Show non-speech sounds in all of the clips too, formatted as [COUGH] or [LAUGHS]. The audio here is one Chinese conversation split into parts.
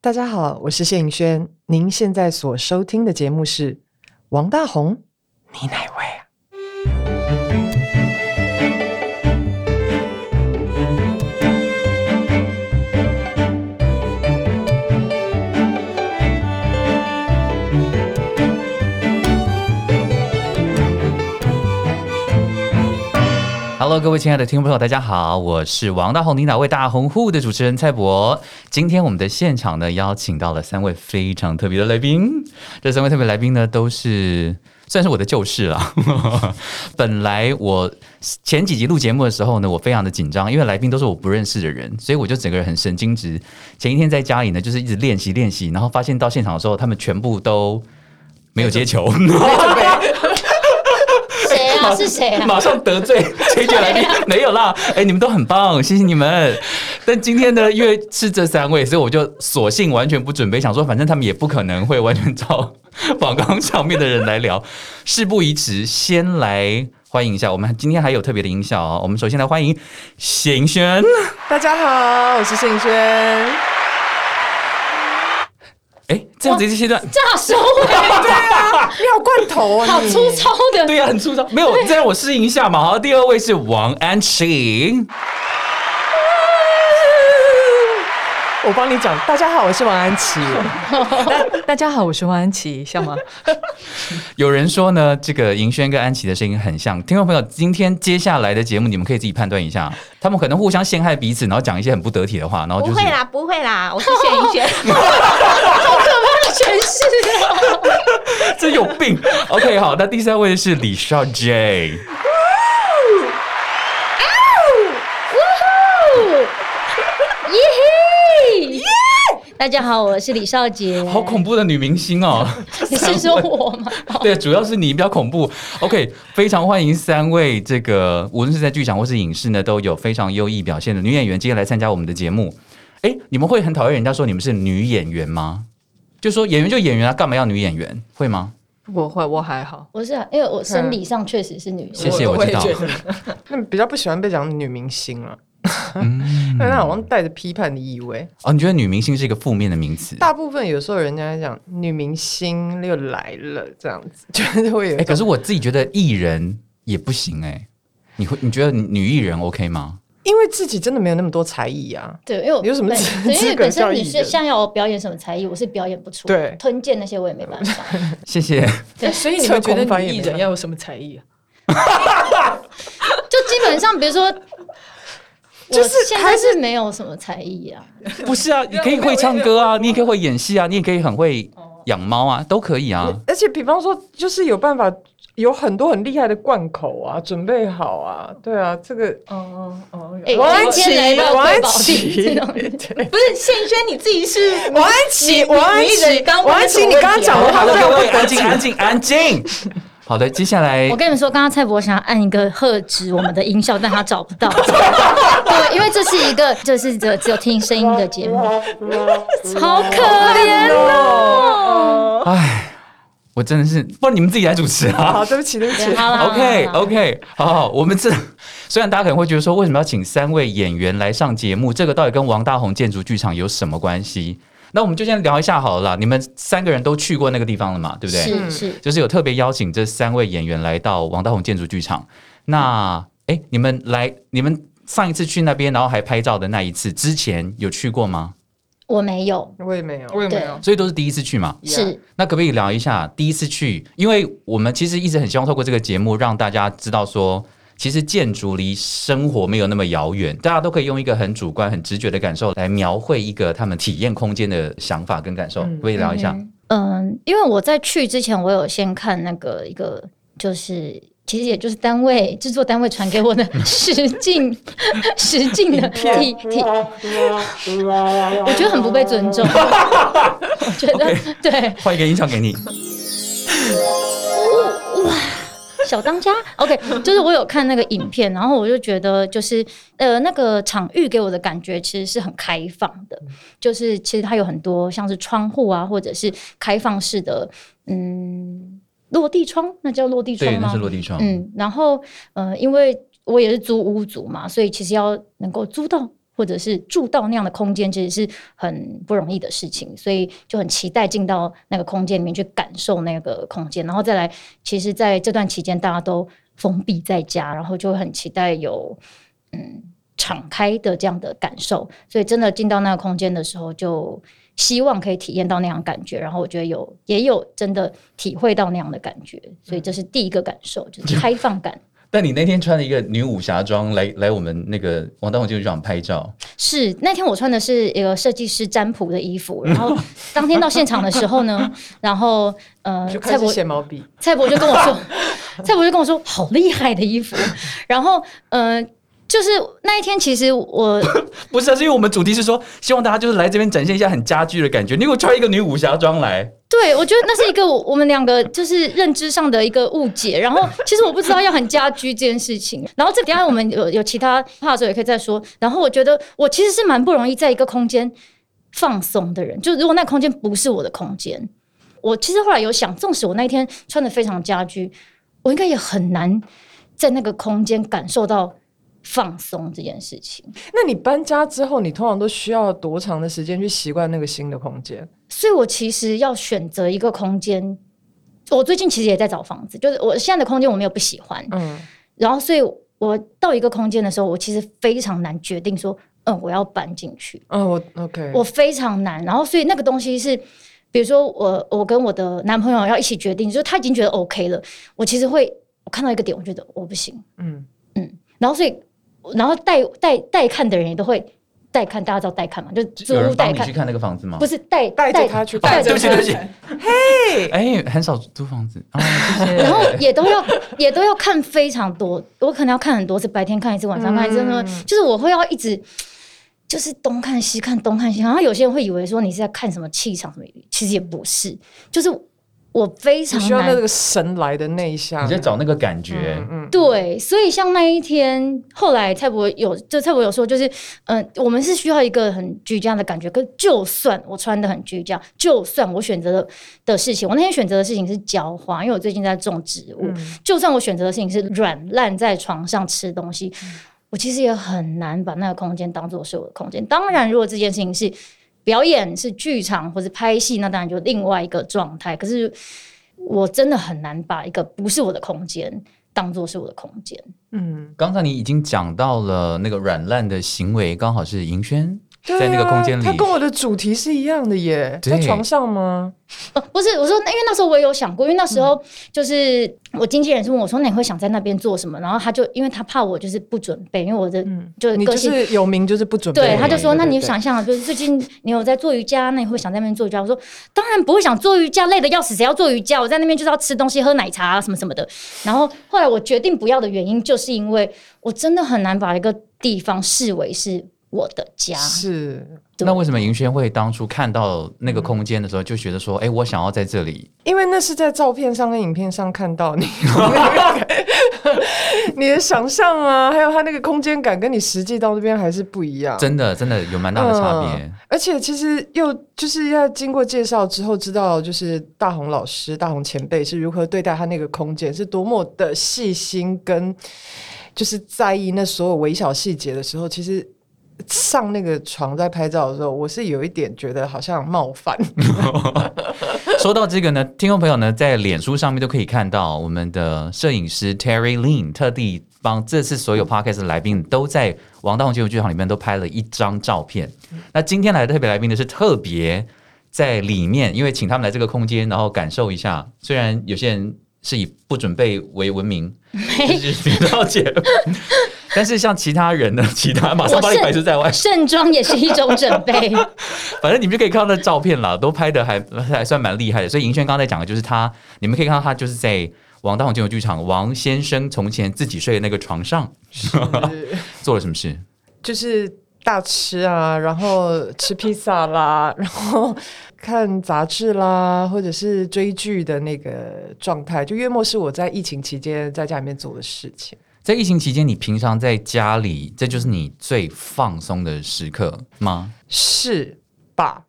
大家好，我是谢颖轩。您现在所收听的节目是《王大红，你哪位啊》。 Hello，各位亲爱的听众朋友，大家好，我是王大红领导为大红户的主持人蔡博。今天我们的现场呢，邀请到了三位非常特别的来宾。这三位特别来宾呢，都是算是我的旧事了。 [LAUGHS] 本来我前几集录节目的时候呢，我非常的紧张，因为来宾都是我不认识的人，所以我就整个人很神经质。前一天在家里呢，就是一直练习练习，然后发现到现场的时候，他们全部都没有接球。谁 [LAUGHS] 啊？是谁啊？马上得 [LAUGHS] 罪谁觉来宾没有啦，哎、你们都很棒，谢谢你们。但今天呢，因为是这三位，所以我就索性完全不准备，想说反正他们也不可能会完全照访纲上面的人来聊。事不宜迟，先来欢迎一下，我们今天还有特别的音效哦。我们首先来欢迎谢盈轩，大家好，我是谢颖轩。哎、这样直接切断，这好收尾，啊，你好罐头啊，好你粗糙的。对呀、很粗糙，没有，再让我适应一下嘛。好，第二位是王安琪，我帮你讲，大家好，我是王安 [LAUGHS] 琪。大家好，我是王安琪，像吗？有人说呢，这个银轩跟安琪的声音很像。听众朋友，今天接下来的节目，你们可以自己判断一下，他们可能互相陷害彼此，然后讲一些很不得体的话，然后就不是会啊啦，不会啦，我是谢盈 [LAUGHS] 萱。全是啊这有病。OK，好，那第三位是李少 J，耶嘿！大家好，我是李少杰。好恐怖的女明星 [LAUGHS] 哦。你是说我吗？哦对，主要是你比较恐怖。OK，非常欢迎三位这个无论是在剧场或是影视呢，都有非常优异表现的女演员，今天来参加我们的节目。哎，你们会很讨厌人家说你们是女演员吗？就说演员就演员啊，干嘛要女演员？会吗？ [LAUGHS] 我会，我还好。我是因为我生理上确实是女谢性，谢，我知道。 [LAUGHS] 那比较不喜欢被讲女明星了，嗯因 [LAUGHS] 为那好像带着批判的意味。哦，你觉得女明星是一个负面的名词？大部分有时候人家讲女明星又来了这样子，就是会有一哎、可种，是我自己觉得艺人也不行哎、你会你觉得女艺人 OK 吗？因为自己真的没有那么多才艺啊。对，因为我有什么本资对因资为格本叫身你艺是人像要我表演什么才艺，我是表演不出，对吞剑那些我也没办法。 [LAUGHS] 谢谢。对，所以你们觉侧空得翻女也艺没人有要有什么才 [LAUGHS] 艺啊？就基本上，比如说，就我是现还在是没有什么才艺啊。 [LAUGHS] 不是啊， [LAUGHS] 你可以会唱歌啊，你也可以会演戏啊，你也可以很会养猫啊，都可以啊。而且比方说，就是有办法，有很多很厉害的贯口啊，准备好啊，对啊，这个哦哦，哎王安今天来琪，到王安贵宝琪地这种， [LAUGHS] 不是谢盈萱，你自己是王安琪，王安琪，王安琪，你刚刚讲的话好都的，让各我位不安得静，劲。安静，安静。 [LAUGHS] 好的，接下来我跟你们说，刚刚蔡博想要按一个喝止我们的音效，但他找不到。对，因为这是一个就是只有只有听声音的节目， [LAUGHS] 好可怜哦。我真的是，不然你们自己来主持啊。好，对不起，对不起对，好啦 OK 好啦 OK，好好，我们这虽然大家可能会觉得说，为什么要请三位演员来上节目？这个到底跟王大红建筑剧场有什么关系？那我们就先聊一下好了啦。你们三个人都去过那个地方了嘛？对不对？是是，就是有特别邀请这三位演员来到王大红建筑剧场。那哎，你们来，你们上一次去那边，然后还拍照的那一次，之前有去过吗？我没有，我也没有，对，所以都是第一次去嘛。是那可不可以聊一下第一次去？因为我们其实一直很希望透过这个节目让大家知道说，其实建筑离生活没有那么遥远，大家都可以用一个很主观、很直觉的感受来描绘一个他们体验空间的想法跟感受。嗯可不可以聊一下？嗯嗯，因为我在去之前，我有先看那个一个就是。其实也就是单位制作单位传给我的实境 [LAUGHS] 实境的体体， [LAUGHS] 我觉得很不被尊重。我觉得对，换一个音效给你，小当家，OK，就是我有看那个影片，然后我就觉得就是呃，那个场域给我的感觉其实是很开放的，就是其实它有很多像是窗户啊，或者是开放式的，嗯，落地窗，那叫落地窗对，那吗是？落地嗯窗。嗯，然后呃，因为我也是租屋族嘛，所以其实要能够租到或者是住到那样的空间，其实是很不容易的事情，所以就很期待进到那个空间里面去感受那个空间，然后再来，其实在这段期间大家都封闭在家，然后就很期待有嗯敞开的这样的感受，所以真的进到那个空间的时候，就希望可以体验到那样的感觉，然后我觉得有也有真的体会到那样的感觉，所以嗯这是第一个感受， [LAUGHS] 就是开放感。但你那天穿了一个女武侠装来来我们那个王大红进入剧场拍照，是那天我穿的是一个设计师占卜的衣服，然后当天到现场的时 [LAUGHS] 候呢，然后呃，就蔡开始伯写毛笔，蔡伯就跟我 [LAUGHS] 说，蔡伯就跟我说好厉害的衣服，然后呃，就是那一天其实我不是、啊，是因为我们主题是说，希望大家就是来这边展现一下很家居的感觉。你给我穿一个女武侠装来，对我觉得那是一个我我们两个就是认知上的一个误解，然后其实我不知道要很家居这件事情，然后这等一下我们有有其他话的时候也可以再说，然后我觉得我其实是蛮不容易在一个空间放松的人，就如果那空间不是我的空间，我其实后来有想，纵使我那一天穿的非常家居，我应该也很难在那个空间感受到放松这件事情。那你搬家之后，你通常都需要多长的时间去习惯那个新的空间？所以我其实要选择一个空间。我最近其实也在找房子，就是我现在的空间我没有不喜欢，嗯，然后所以我到一个空间的时候，我其实非常难决定说，嗯，我要搬进去，嗯，我 OK，我非常难。然后所以那个东西是，比如说我我跟我的男朋友要一起决定，就是他已经觉得 OK 了，我其实会我看到一个点，我觉得我不行，嗯，然后所以然后带带带看的人也都会带看，大家知道带看嘛，就租有屋人带帮你看去，看那个房子吗？不是带带着他去啊，看 [LAUGHS] 对不起，对不起，嘿，哎，很少租房子 [LAUGHS] 啊，谢谢。然后也都要也都要看非常多，我可能要看很多次，白天看一次，晚上看嗯一次，那、就是我会要一直就是东看西看，东看西看。然后有些人会以为说你是在看什么气场什么，其实也不是，就是我非你常需要那难。个神来的那一下，你在找那个感觉，嗯，对，所以像那一天，后来蔡伯有，就蔡伯有说，就是，嗯、我们是需要一个很居家的感觉。可就算我穿的很居家，就算我选择的的事情，我那天选择的事情是浇花，因为我最近在种植物，嗯就算我选择的事情是软烂在床上吃东西，我其实也很难把那个空间当做是我的空间。当然，如果这件事情是表演、是剧场或是拍戏，那当然就另外一个状态。可是我真的很难把一个不是我的空间当做是我的空间。嗯，刚才你已经讲到了那个软烂的行为，刚好是银轩对啊在那个空间里它跟我的主题是一样的耶，对在床上吗？哦，不是，我说，那因为那时候我也有想过，因为那时嗯候就是我经纪人是问我说，那你会想在那边做什么？然后他就因为他怕我就是不准备，因为我的、嗯就是你个就性是有名，就是不准备的对，人。他就说：“那对你对想象，就是最近你有在做瑜伽，那你会想在那边做瑜伽？”我说：“当然不会想做瑜伽，累得要死，谁要做瑜伽？我在那边就是要吃东西、喝奶茶、啊、什么什么的。”然后后来我决定不要的原因，就是因为我真的很难把一个地方视为是我的家。是对那为什么银轩会当初看到那个空间的时候就觉得说，哎、我想要在这里？因为那是在照片上跟影片上看到你，你的想象啊，还有他那个空间感，跟你实际到那边还是不一样。真的，真的有蛮大的差别。嗯而且其实又就是要经过介绍之后，知道就是大红老师、大红前辈是如何对待他那个空间，是多么的细心跟就是在意那所有微小细节的时候，其实。上那个床在拍照的时候，我是有一点觉得好像冒 [LAUGHS] 犯，说到这个呢，听众朋友呢，在脸书上面都可以看到我们的摄影师 Terry Lin 特地帮这次所有 podcast 的来宾都在王大红街舞剧场里面都拍了一张照片。那今天来的特别来宾呢是特别在里面，因为请他们来这个空间，然后感受一下。虽然有些人是以不准备为闻名，就是比较解，但是像其他人呢，其他马上把你摆出在外，盛装也是一种准备，反正你们就可以看到那照片啦，都拍的还还算蛮厉害的。所以银轩刚才讲的就是他，你们可以看到他就是在王大红金融剧场王先生从前自己睡的那个床上做了什么事？就是大吃啊，然后吃披萨啦，然后看杂志啦，或者是追剧的那个状态，就月末是我在疫情期间在家里面做的事情。在疫情期间，你平常在家里，这就是你最放松的时刻吗？是吧？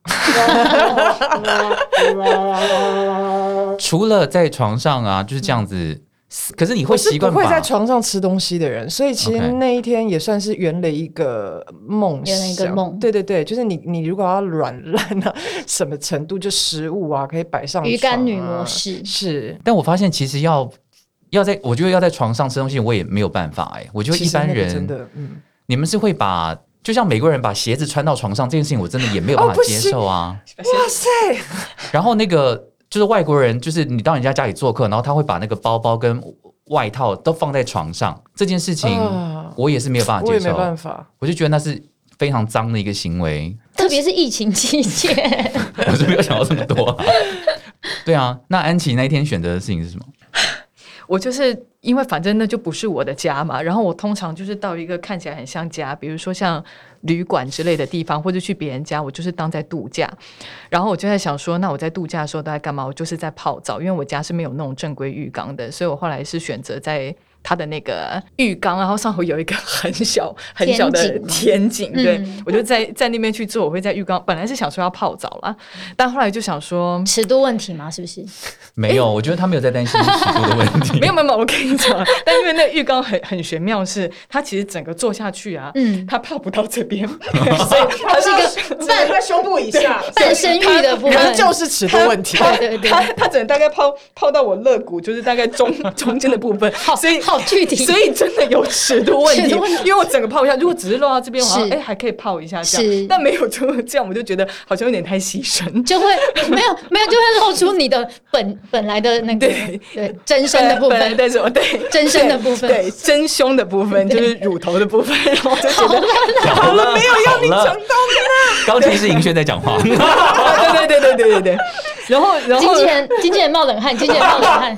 除了在床上啊，就是这样子可是你会我是习不惯会在把床上吃东西的人，所以其实 OK 那一天也算是圆了一个梦想，圆了一个梦对对对，就是你你如果要软烂啊，什么程度就食物啊可以摆上、鱼干女啊模，式，是但我发现其实要要在，我觉得要在床上吃东西，我也没有办法哎、我觉得其一实般那个人真的嗯。你们是会把，就像美国人把鞋子穿到床上这件事情，我真的也没有办法哦不接行受啊。哇塞！然后那个就是外国人，就是你到人家家里做客，然后他会把那个包包跟外套都放在床上，这件事情啊我也是没有办法我接也受，没我办法，就觉得那是非常脏的一个行为。特别是疫情期 [LAUGHS] 间，我是没有想到这么多、啊。 [LAUGHS] 对啊，那安琪那一天选择的事情是什么？我就是因为反正那就不是我的家嘛，然后我通常就是到一个看起来很像家，比如说像旅馆之类的地方，或者去别人家，我就是当在度假。然后我就在想说，那我在度假的时候都在干嘛？我就是在泡澡，因为我家是没有那种正规浴缸的，所以我后来是选择在。它的那个浴缸，然后上头有一个很小很小的天井吗天井，对、嗯我就在在那边去做。我会在浴缸，本来是想说要泡澡啦，但后来就想说，尺度问题嘛，是不是？ [LAUGHS] 没有，我觉得他没有在担心尺度的问 [LAUGHS] 题。没有没有没有，我跟你讲，但因为那浴缸很很玄妙是，它其实整个坐下去啊，嗯它泡不到这边， [LAUGHS] 所以它是一个在在胸部以下， [LAUGHS] 半身浴的部它分，就是尺度问题。对对对，它它只能大概泡泡到我肋骨，就是大概中 [LAUGHS] 中间的部分，所以好具体所以真的有尺度问尺题度问题，因为我整个泡一下，如果只是落到这边，我好像是哎还可以泡一下这是样，但没有就这样，我就觉得好像有点太牺牲。就会没有没有就会露出你的本本来的那个对对真身的部本来分，对什么对真身的部分对对真胸的部分就是乳头的部分，然后我就觉得好了，没有要你成功了。钢琴是银轩在讲话，对对对对对对对。然后，然经后纪， [LAUGHS] 人经纪人冒冷汗，经纪人冒冷汗，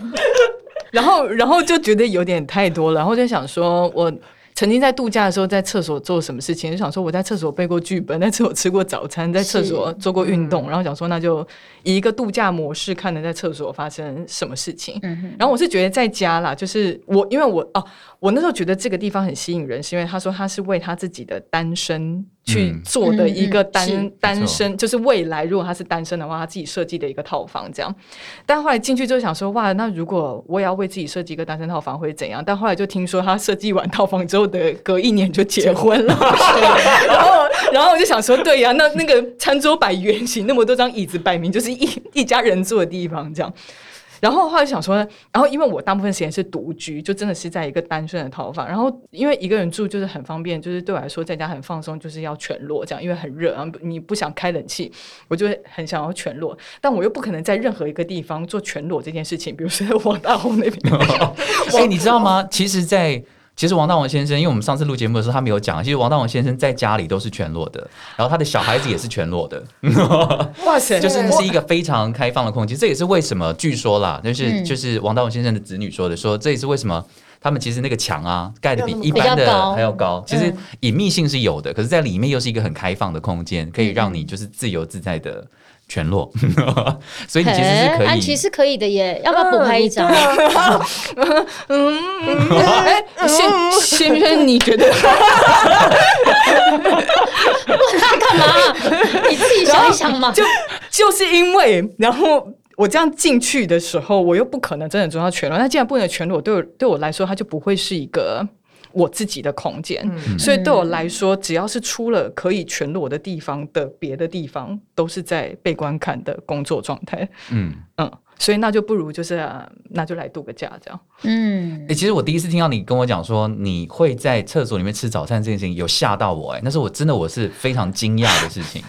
然后，然后就觉得有点太多了，然后就想说，我曾经在度假的时候，在厕所做什么事情，就想说我在厕所背过剧本，在厕所吃过早餐，在厕所做过运动，然后想说那就以一个度假模式，看能在厕所发生什么事情。嗯哼，然后我是觉得在家啦，就是我，因为我哦，我那时候觉得这个地方很吸引人，是因为他说他是为他自己的单身去嗯做的一个单、嗯嗯没单错身，就是未来如果他是单身的话，他自己设计的一个套房这样。但后来进去就想说，哇，那如果我也要为自己设计一个单身套房会怎样？但后来就听说他设计完套房之后的隔一年就结婚 [LAUGHS] 了，然后然后我就想说，对呀、那那个餐桌摆圆形，那么多张椅子，摆明就是一一家人坐的地方这样。然后后来想说，然后因为我大部分时间是独居，就真的是在一个单身的套房。然后因为一个人住就是很方便，就是对我来说在家很放松，就是要全裸这样，因为很热，然后你不想开冷气，我就会很想要全裸，但我又不可能在任何一个地方做全裸这件事情，比如说在王 [LAUGHS] 大红那边。所以你知道吗？其实在，其实王大王先生，因为我们上次录节目的时候他没有讲，其实王大王先生在家里都是全裸的，然后他的小孩子也是全裸的，哇塞就是那是一个非常开放的空间。这也是为什么，据说啦，就是、嗯就是王大王先生的子女说的，说这也是为什么。他们其实那个墙啊，盖的比一般比较的高还要高。其实嗯隐秘性是有的，可是，在里面又是一个很开放的空间，可以让你就是自由自在的全裸。所以你其实是可以，哎安琪是可以的耶，要不要补拍一张？啊 [LAUGHS] 哎，先先生，你觉得？他 [LAUGHS] 干 [LAUGHS] 嘛？你自己想一想嘛。就 [LAUGHS] 就是因为，然后我这样进去的时候，我又不可能真的做到全裸。那既然不能全裸，对我对我来说，它就不会是一个。我自己的空间，所以对我来说，只要是出了可以全裸的地方的别的地方，都是在被观看的工作状态。嗯。嗯，所以那就不如就是、呃那就来度个假这样。嗯哎、，其实我第一次听到你跟我讲说你会在厕所里面吃早餐这件事情，有吓到我哎、那是我真的我是非常惊讶的事 [LAUGHS] 情。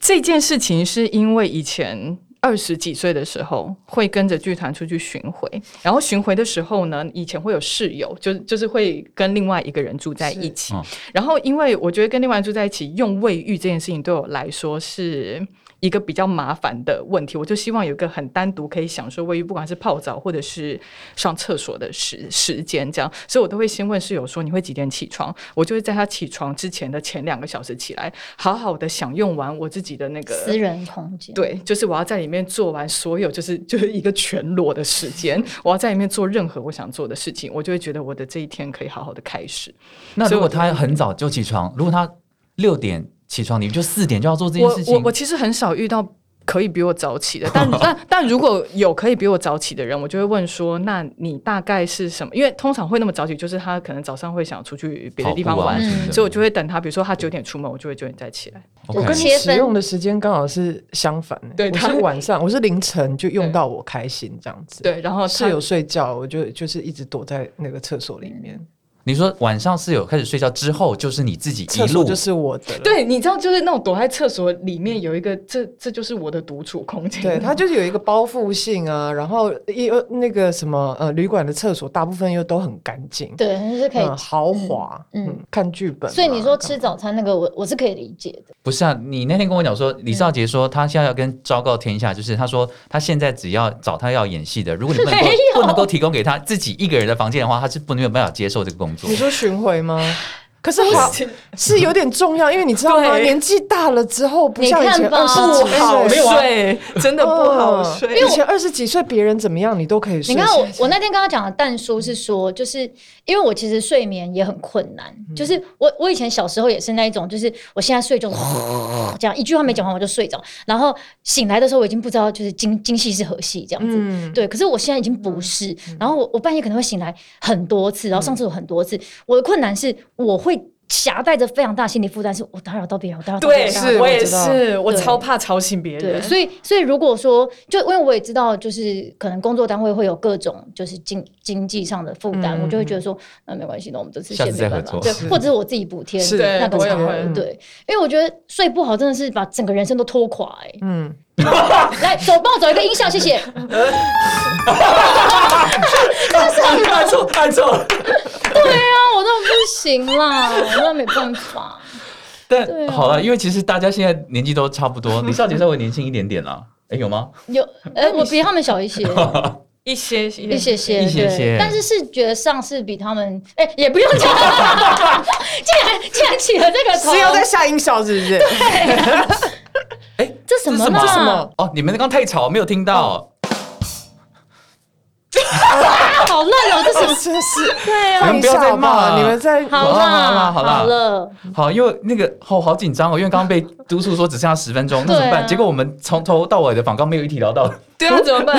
这件事情是因为以前二十几岁的时候会跟着剧团出去巡回，然后巡回的时候呢，以前会有室友，就是就是会跟另外一个人住在一是起。嗯然后因为我觉得跟另外人住在一起用卫浴这件事情对我来说是。一个比较麻烦的问题，我就希望有一个很单独可以享受卫浴，不管是泡澡或者是上厕所的时时间，这样，所以我都会先问室友说你会几点起床，我就会在他起床之前的前两个小时起来，好好的享用完我自己的那个私人空间，对，就是我要在里面做完所有，就是就是一个全裸的时间，我要在里面做任何我想做的事情，我就会觉得我的这一天可以好好的开始。那所以如我果他很早就起床，如果他六点起床，你就四点就要做这件我事情我我其实很少遇到可以比我早起 [LAUGHS] 的，但但但如果有可以比我早起的人，我就会问说，那你大概是什么？因为通常会那么早起，就是他可能早上会想出去别的地方跑步啊玩，什么嗯的所以我就会等他，比如说他九点出门，我就会九点再起来。 OK 我跟你你切使分用的时间刚好是相反、欸，对我他是晚上，我是凌晨就用对到我开心这样子。，对，然后室他友睡觉，我就就是一直躲在那个厕所里面，你说晚上室友开始睡觉之后，就是你自己厕一所路就是我的了。对，你知道，就是那种躲在厕所里面有一个，这这就是我的独处空间。对，它就是有一个包覆性啊，然后一呃那个什么呃旅馆的厕所大部分又都很干净，对，是可以。啊嗯，豪华，嗯，嗯嗯看剧本啊、所以你说干吃嘛早餐那个我，我是可以理解的。不是啊？你那天跟我讲说，嗯李少杰说他现在要跟昭告天下，就是他说他现在只要找他要演戏的，如果你不能够没有不能够提供给他自己一个人的房间的话，他是不能没有办法接受这个工作你。说巡回 [LAUGHS] 吗？可是 [LAUGHS] 好行是有点重要，因为你知道吗？对年纪大了之后，不你像以看前吧二十不几岁，好没有啊哦睡，真的不好睡。以前二十几岁，别人怎么样你都可以睡。哦你看我，我那天跟他讲的淡叔嗯是说，就是因为我其实睡眠也很困难，嗯就是我我以前小时候也是那一种，就是我现在 [LAUGHS] 睡就这样一句话没讲完我就睡着，然后醒来的时候我已经不知道就是今今夕是何夕这样子。嗯，对，可是我现在已经不是，然后我我半夜可能会醒来很多次，然后上厕所嗯很多次。我的困难是，我会携带着非常大的心理负担，是我打扰到别人，我打扰到别对，人，是我也我知道是，我对超怕吵醒别对，人。所以所以如果说，就因为我也知道，就是可能工作单位会有各种就是经经济上的负担，嗯我就会觉得说，那没关系，那我们这次下先次没再合办法，作对，是或者是我自己补贴是对那个我也差额会对，因为我觉得睡不好真的是把整个人生都拖垮、欸。嗯，来，手帮我找一个音效，谢谢。 [LAUGHS] 按错按错，啊，我那不行啦，我那没办法。但对啊好了，因为其实大家现在年纪都差不 [LAUGHS] 多，李少杰稍微年轻一点点啦。哎，有吗？有，哎、我比他们小一哦些，一些一一些些，一些些对但是视觉上是比他们，哎、也不用讲， [LAUGHS] 竟然竟然起了这个头，是要在下音效是不是？这什么哦这是什啦么？哦，你们刚太吵，没有听到。好烂哦，这什么？是是，对你啊，们不要再骂，你你们们在好啦，好啦好啦好了，好，因为那个哦，好紧张哦，因为刚刚被督促说只剩下十分钟，那对啊哦怎么办？结果我们从头到尾的访纲没有一题聊到，对啊，怎么办？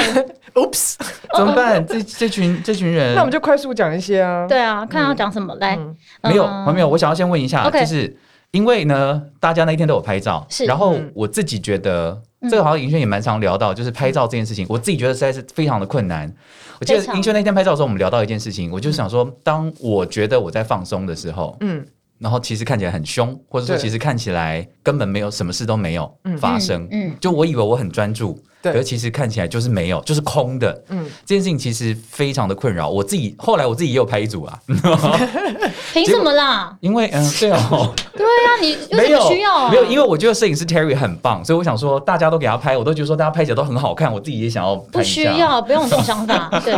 ，oops，怎么办？这这群这群人，那我们就快速讲一些啊。对啊，看要讲什么来，没有嗯还没有，我想要先问一下， OK 就是因为呢，大家那一天都有拍照，是嗯然后嗯我自己觉得。这个好像银轩也蛮常聊到，就是拍照这件事情，我自己觉得实在是非常的困难。我记得非常嗯银轩那天拍照的时候，我们聊到一件事情，我就想说，当我觉得我在放松的时候，嗯，然后其实看起来很凶，或者说对其实看起来根本没有什么事都没有发生，嗯嗯就我以为我很专注，对可是其实看起来就是没有，就是空的，嗯这件事情其实非常的困扰。我自己后来我自己也有拍一组啊， [LAUGHS] 凭什么啦？因为嗯、对 [LAUGHS] 哦，对啊，你有没什么有需要啊？没有，因为我觉得摄影师 Terry 很棒，所以我想说大家都给他拍，我都觉得说大家拍起来都很好看，我自己也想要拍不一下。需要，不用有这种想法。对，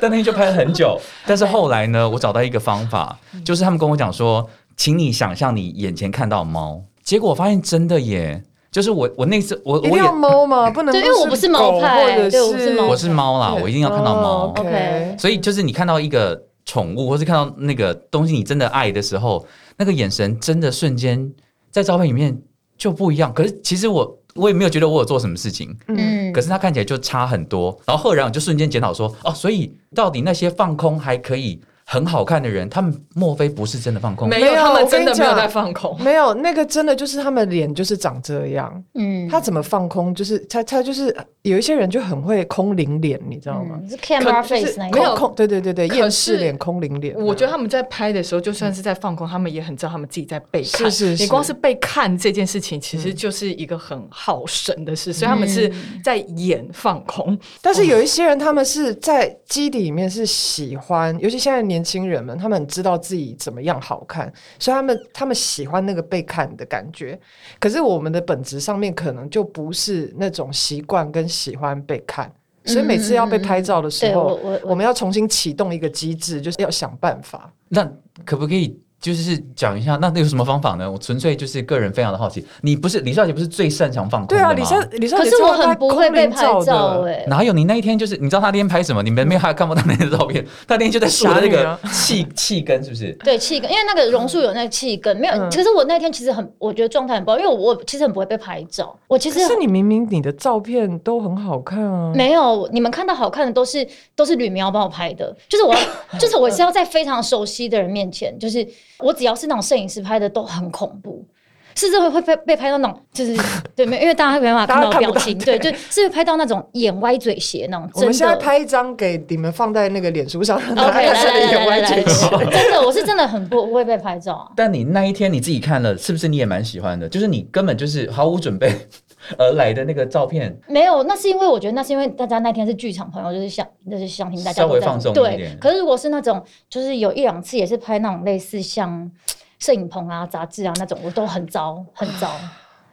但那天就拍了很久。但是后来呢，我找到一个方法，嗯就是他们跟我讲说，请你想象你眼前看到猫。结果我发现真的耶，就是我我那次我一我定也要猫吗？不能对因为我不是猫派狗或者哦对我不是猫哦我是猫啦，我一定要看到猫。 OK OK 所以就是你看到一个宠物，或是看到那个东西你真的爱的时候，那个眼神真的瞬间在照片里面就不一样。可是其实我我也没有觉得我有做什么事情，嗯，嗯可，是它看起来就差很多。然后赫然我就瞬间检讨说，哦，所以到底那些放空还可以很好看的人，他们莫非不是真的放空？没没有，有他们我跟真你的没有讲在放空。没有那个真的就是他们脸就是长这样，嗯他怎么放空就是他他就是有一些人就很会空灵脸，你知道吗？嗯是 camera 可就是 face 那一没有种，空空对对对对，可厌世是脸、空灵脸，我觉得他们在拍的时候，就算是在放空，他们也很知道他们自己在被是看。是你是光是嗯被看这件事情，其实就是一个很耗神的事，所以他们是在演放空。但是有一些人，他们是在基底里面是喜欢，尤其现在年轻人们，他们很知道自己怎么样好看，所以他们他们喜欢那个被看的感觉。可是我们的本质上面可能就不是那种习惯跟喜欢被看，所以每次要被拍照的时对我候，我我们要重新启动一个机制，就是要想办法。那可不可以就是讲一下，那那有什么方法呢？我纯粹就是个人非常的好奇。你不是李少姐，不是最擅长放空对的吗？啊，李少李少可姐是我超爱很不会被拍空灵照的哎、哪有你那一天就是你知道他那天拍什么？你们没有还看过他那天的照片，他那天就在数那 [LAUGHS] 侠女个啊气气根，是不是？对气根，因为那个榕树有那个气根，没有。嗯可是我那天其实很，我觉得状态很不好，因为我我其实很不会被拍照，我其实可是你明明你的照片都很好看啊，没有，你们看到好看的都是都是吕苗帮我拍的，就是我要，就是我是要在非常熟悉的人面前，就是我只要是那种摄影师拍的都很恐怖。甚至会会被被拍到那种，就是对，没有因为大家没办法看到大家我看表不到情，对，就是会拍到那种眼歪嘴斜那种。我们真现在的拍一张给你们放在那个脸书上，让 OK，大来家来看来来来来，这个真的，我是真的很不不会被拍照啊。但你那一天你自己看了，是不是你也蛮喜欢的？就是你根本就是毫无准备 [LAUGHS] 而来的那个照片，没有，那是因为我觉得那是因为大家那天是剧场朋友，就是想就是想听大家稍微都在放松一对点，可是如果是那种就是有一两次也是拍那种类似像摄影棚啊、杂志啊那种，我都很糟很 [SIGHS] 糟，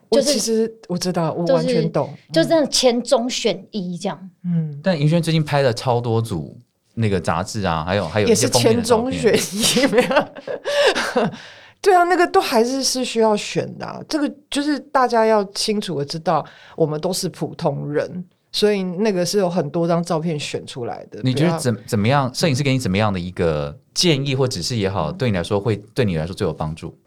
我就是其实我知道，我就是完全懂。就真的千中选一这样。嗯，但银轩最近拍了超多组那个杂志啊，还有还有一也些是封面的千照中片选一，没有。 [LAUGHS] 对啊，那个都还是是需要选的啊、这个就是大家要清楚的知道，我们都是普通人，所以那个是有很多张照片选出来的。你觉不得要怎怎么样？摄影师给你怎么样的一个建议或指示也好，对你来说会对你来说最有帮助？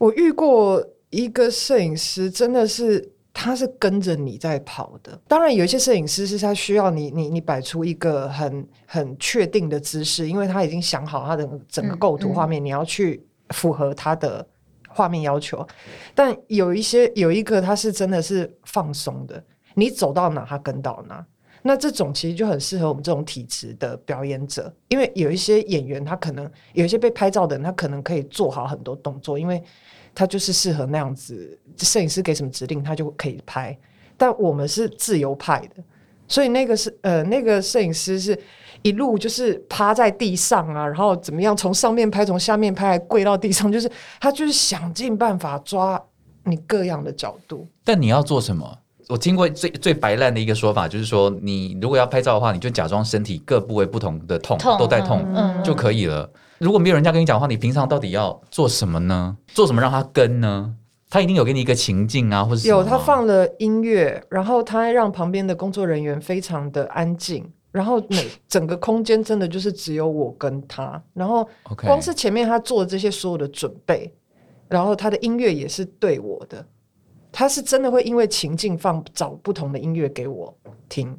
我遇过一个摄影师，真的是他是跟着你在跑的。当然，有一些摄影师是他需要你，你你摆出一个很很确定的姿势，因为他已经想好他的整个嗯构图嗯画面，你要去符合他的画面要求。但有一些有一个他是真的是放松的，你走到哪他跟到哪。那这种其实就很适合我们这种体质的表演者，因为有一些演员他可能有一些被拍照的人，他可能可以做好很多动作，因为他就是适合那样子，摄影师给什么指令他就可以拍。但我们是自由派的，所以那个是呃那个摄影师是一路就是趴在地上啊，然后怎么样从上面拍，从下面拍，还跪到地上，就是他就是想尽办法抓你各样的角度。但你要做什么？我听过最最白烂的一个说法，就是说你如果要拍照的话，你就假装身体各部位不同的痛痛都在痛、嗯就可以了。如果没有人家跟你讲话，你平常到底要做什么呢？做什么让他跟呢？他一定有给你一个情境啊，或者有，他放了音乐，然后他让旁边的工作人员非常的安静，然后每整个空间真的就是只有我跟他，然后 OK，光是前面他做的这些所有的准备，然后他的音乐也是对我的，他是真的会因为情境放找不同的音乐给我听。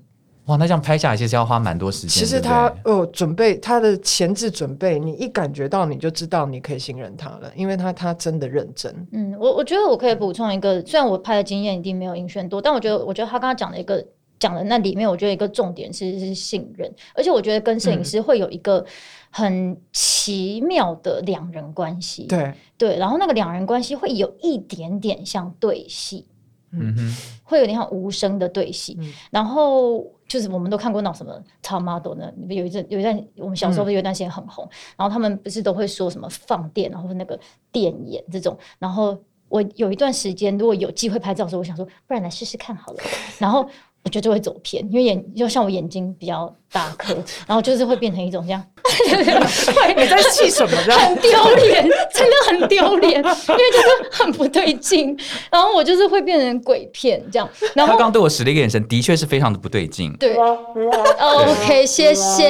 哇，那这样拍下来其实要花蛮多时间。其实对不对他呃准备他的前置准备，你一感觉到你就知道你可以信任他了，因为他他真的认真。嗯，我我觉得我可以补充一个，虽然我拍的经验一定没有银轩多，但我觉得我觉得他刚刚讲的一个讲的那里面，我觉得一个重点是是信任，而且我觉得跟摄影嗯师会有一个很奇妙的两人关系。对，对，然后那个两人关系会有一点点像对戏，嗯哼，会有点像无声的对戏。嗯然后就是我们都看过那种什么 top model 呢？你们有一阵有一段我们小嗯时候不是有一段时间很红，然后他们不是都会说什么放电，然后那个电眼这种，然后。我有一段时间，如果有机会拍照的时候，我想说，不然来试试看好了。然后我觉得就会走偏，因为眼就像我眼睛比较大颗，然后就是会变成一种这样， [LAUGHS] 你在气什么呢？ [LAUGHS] 很丢脸，真的很丢脸，因为就是很不对劲。然后我就是会变成鬼片这样，他然刚后刚对我使了一个眼神，的确是非常的不对劲。对，OK，谢谢。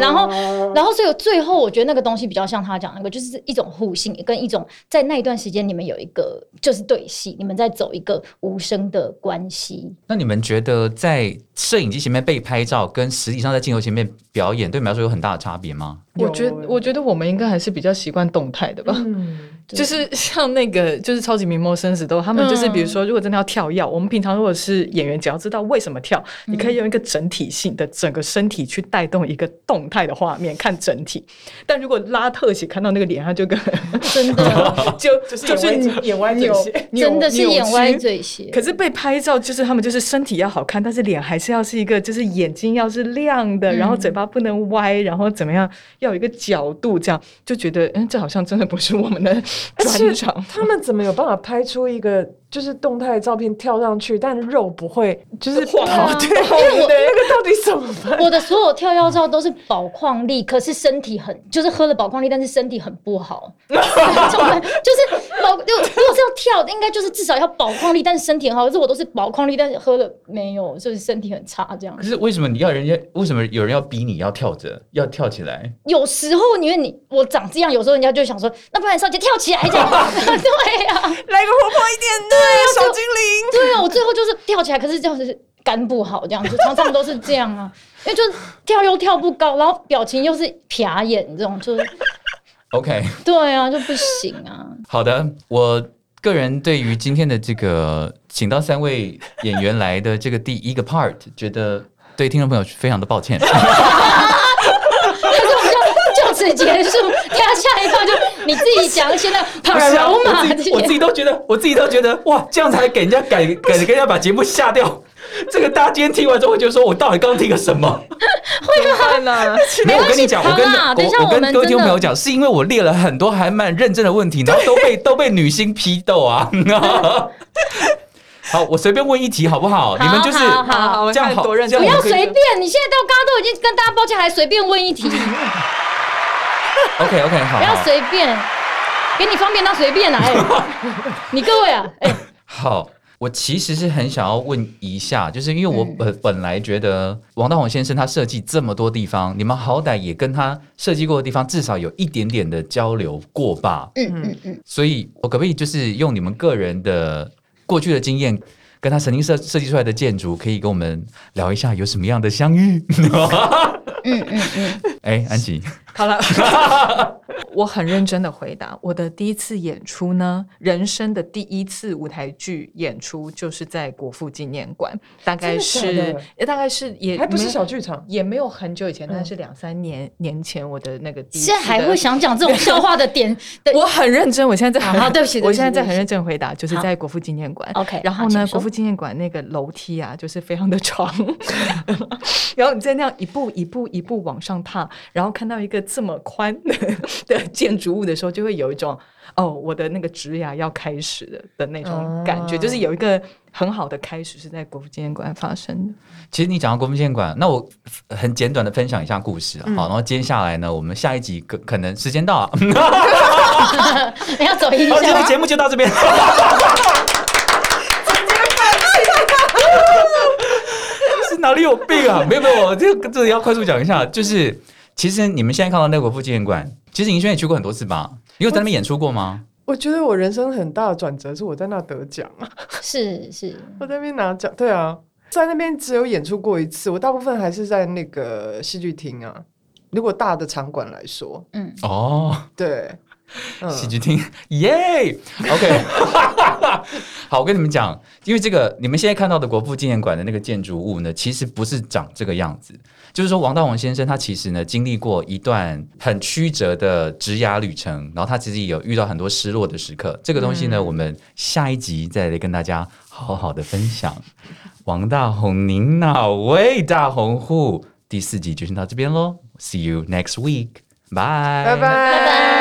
然后，然后所以最后我觉得那个东西比较像他讲那个，就是一种互信，跟一种在那一段时间你们有一个就是对戏，你们在走一个无声的关 [LAUGHS] 系。那你们觉得在摄影机前面被拍照，跟实际上在镜头前面表演，对你们来说有很大的差别吗？我觉得有欸我觉得我们应该还是比较习惯动态的吧。 [LAUGHS] 嗯，对就是 [LAUGHS] 像那个，就是超级名模生死斗，他们就是比如嗯说，如果真的要跳药，我们平常如果是演员，只要知道为什么跳，你可以嗯用一个整体性的整个身体去带动一个动态的画面，看整体。但如果拉特写，看到那个脸，他就跟 [LAUGHS] 真的，就就是眼歪眼歪嘴扭斜，扭真的是眼歪。扭曲嘴斜。可是被拍照，就是他们就是身体要好看，但是脸还是要是一个，就是眼睛要是亮的，嗯然后嘴巴不能歪，然后怎么样，要有一个角度，这样就觉得，嗯，这好像真的不是我们的而且专长。他们怎么有办法拍出一个就是动态照片跳上去，但肉不会就是晃跑啊对，因为我那个到底怎么办？我的所有跳跃照都是宝矿力，可是身体很就是喝了宝矿力，但是身体很不 [LAUGHS] 好。就是宝，如果如果是要跳，应该就是至少要宝矿力，但是身体很好。可是我都是宝矿力，但是喝了没有，所以身体很差。这样可是为什么你要人家？为什么有人要逼你要跳着，要跳起来？有时候因为你我长这样，有时候人家就想说，那不然少杰跳起来这 [LAUGHS] 样。对呀、啊，来个活泼一点的小精灵。对啊，我最后就是跳起来，可是就是肝不好，这样就常常都是这样啊。因为就是跳又跳不高，然后表情又是瞟眼这种，就是 OK，对啊，就不行啊。好的，我个人对于今天的这个请到三位演员来的这个第一个 part，觉得对听众朋友非常的抱歉。可是我们就就此结束，等下下一趴就你自己讲一些那不是啊跑马 [LAUGHS] 我这自己我自些。己都觉得，我自己都觉得哇，这样才给人家改改给人家把节目下 [LAUGHS] 掉。这个大家今天听完之后，会觉得说我到底刚刚听了什么？怎么办 [LAUGHS] 呢？没有，我跟你讲，好我啦跟等一下我我跟们各位听真众的朋友讲，是因为我列了很多还蛮认真的问题，然后都被都被女星批斗 [LAUGHS] 啊。好，我随便问一题好不好？你们就是好好好，我这样看好多认这真，样不要我可以随便，你现在到刚刚都已经跟大家抱歉，还随便问一题，不 OK OK 好要好随便，给你方便到随便啦、 [LAUGHS] 哎，你各位啊，哎、好。我其实是很想要问一下，就是因为我本、本来觉得王大宏先生他设计这么多地方，你们好歹也跟他设计过的地方至少有一点点的交流过吧？嗯嗯嗯，所以我可不可以就是用你们个人的过去的经验，跟他曾经设设计出来的建筑，可以跟我们聊一下有什么样的相遇？嗯嗯嗯，哎，安琪，好了， [LAUGHS] 我很认真的回答。我的第一次演出呢，人生的第一次舞台剧演出就是在国父纪念馆，大真概的假是的呃大概是也还不是没有小剧场也没有很久以前，但是两三年年前我的那个第一嗯次现在还的会想讲这种笑话的点的我很认真，我现在在很好对不起对不 [LAUGHS] 我起现在对在不很起认真回答，就是在国父纪念馆。 OK，然后好呢请，说国父纪念馆那个楼梯啊，就是非常的长，然后你在那样一步一步一步往上踏，然后看到一个这么宽的的建筑物的时候，就会有一种哦，我的那个职涯要开始了的那种感觉，哦就是有一个很好的开始是在国父纪念馆发生的。其实你讲到国民建馆，那我很简短的分享一下故事啊，好，然后接下来呢，我们下一集可可能时间到啊，你要走音好，今效天节目就到这边。是哪里有病啊？没有没有，我这个这里要快速讲一下，就是其实你们现在看到那个国父纪念馆，其实银轩也去过很多次吧？你有在那边演出过吗？我觉得我人生很大的转折是我在那得奖啊， [LAUGHS] 是是，我在那边拿奖，对啊，在那边只有演出过一次，我大部分还是在那个戏剧厅啊。如果大的场馆来说，嗯，哦，对，嗯，喜剧厅，耶、o k [LAUGHS] 好，我跟你们讲，因为这个你们现在看到的国父纪念馆的那个建筑物呢，其实不是长这个样子。就是说，王大王先生他其实呢经历过一段很曲折的职涯旅程，然后他其实也有遇到很多失落的时刻。这个东西呢，我们下一集再来跟大家好好的分享。王大红，您哪位大红户？第四集就先到这边喽，See you next week，拜拜拜拜拜。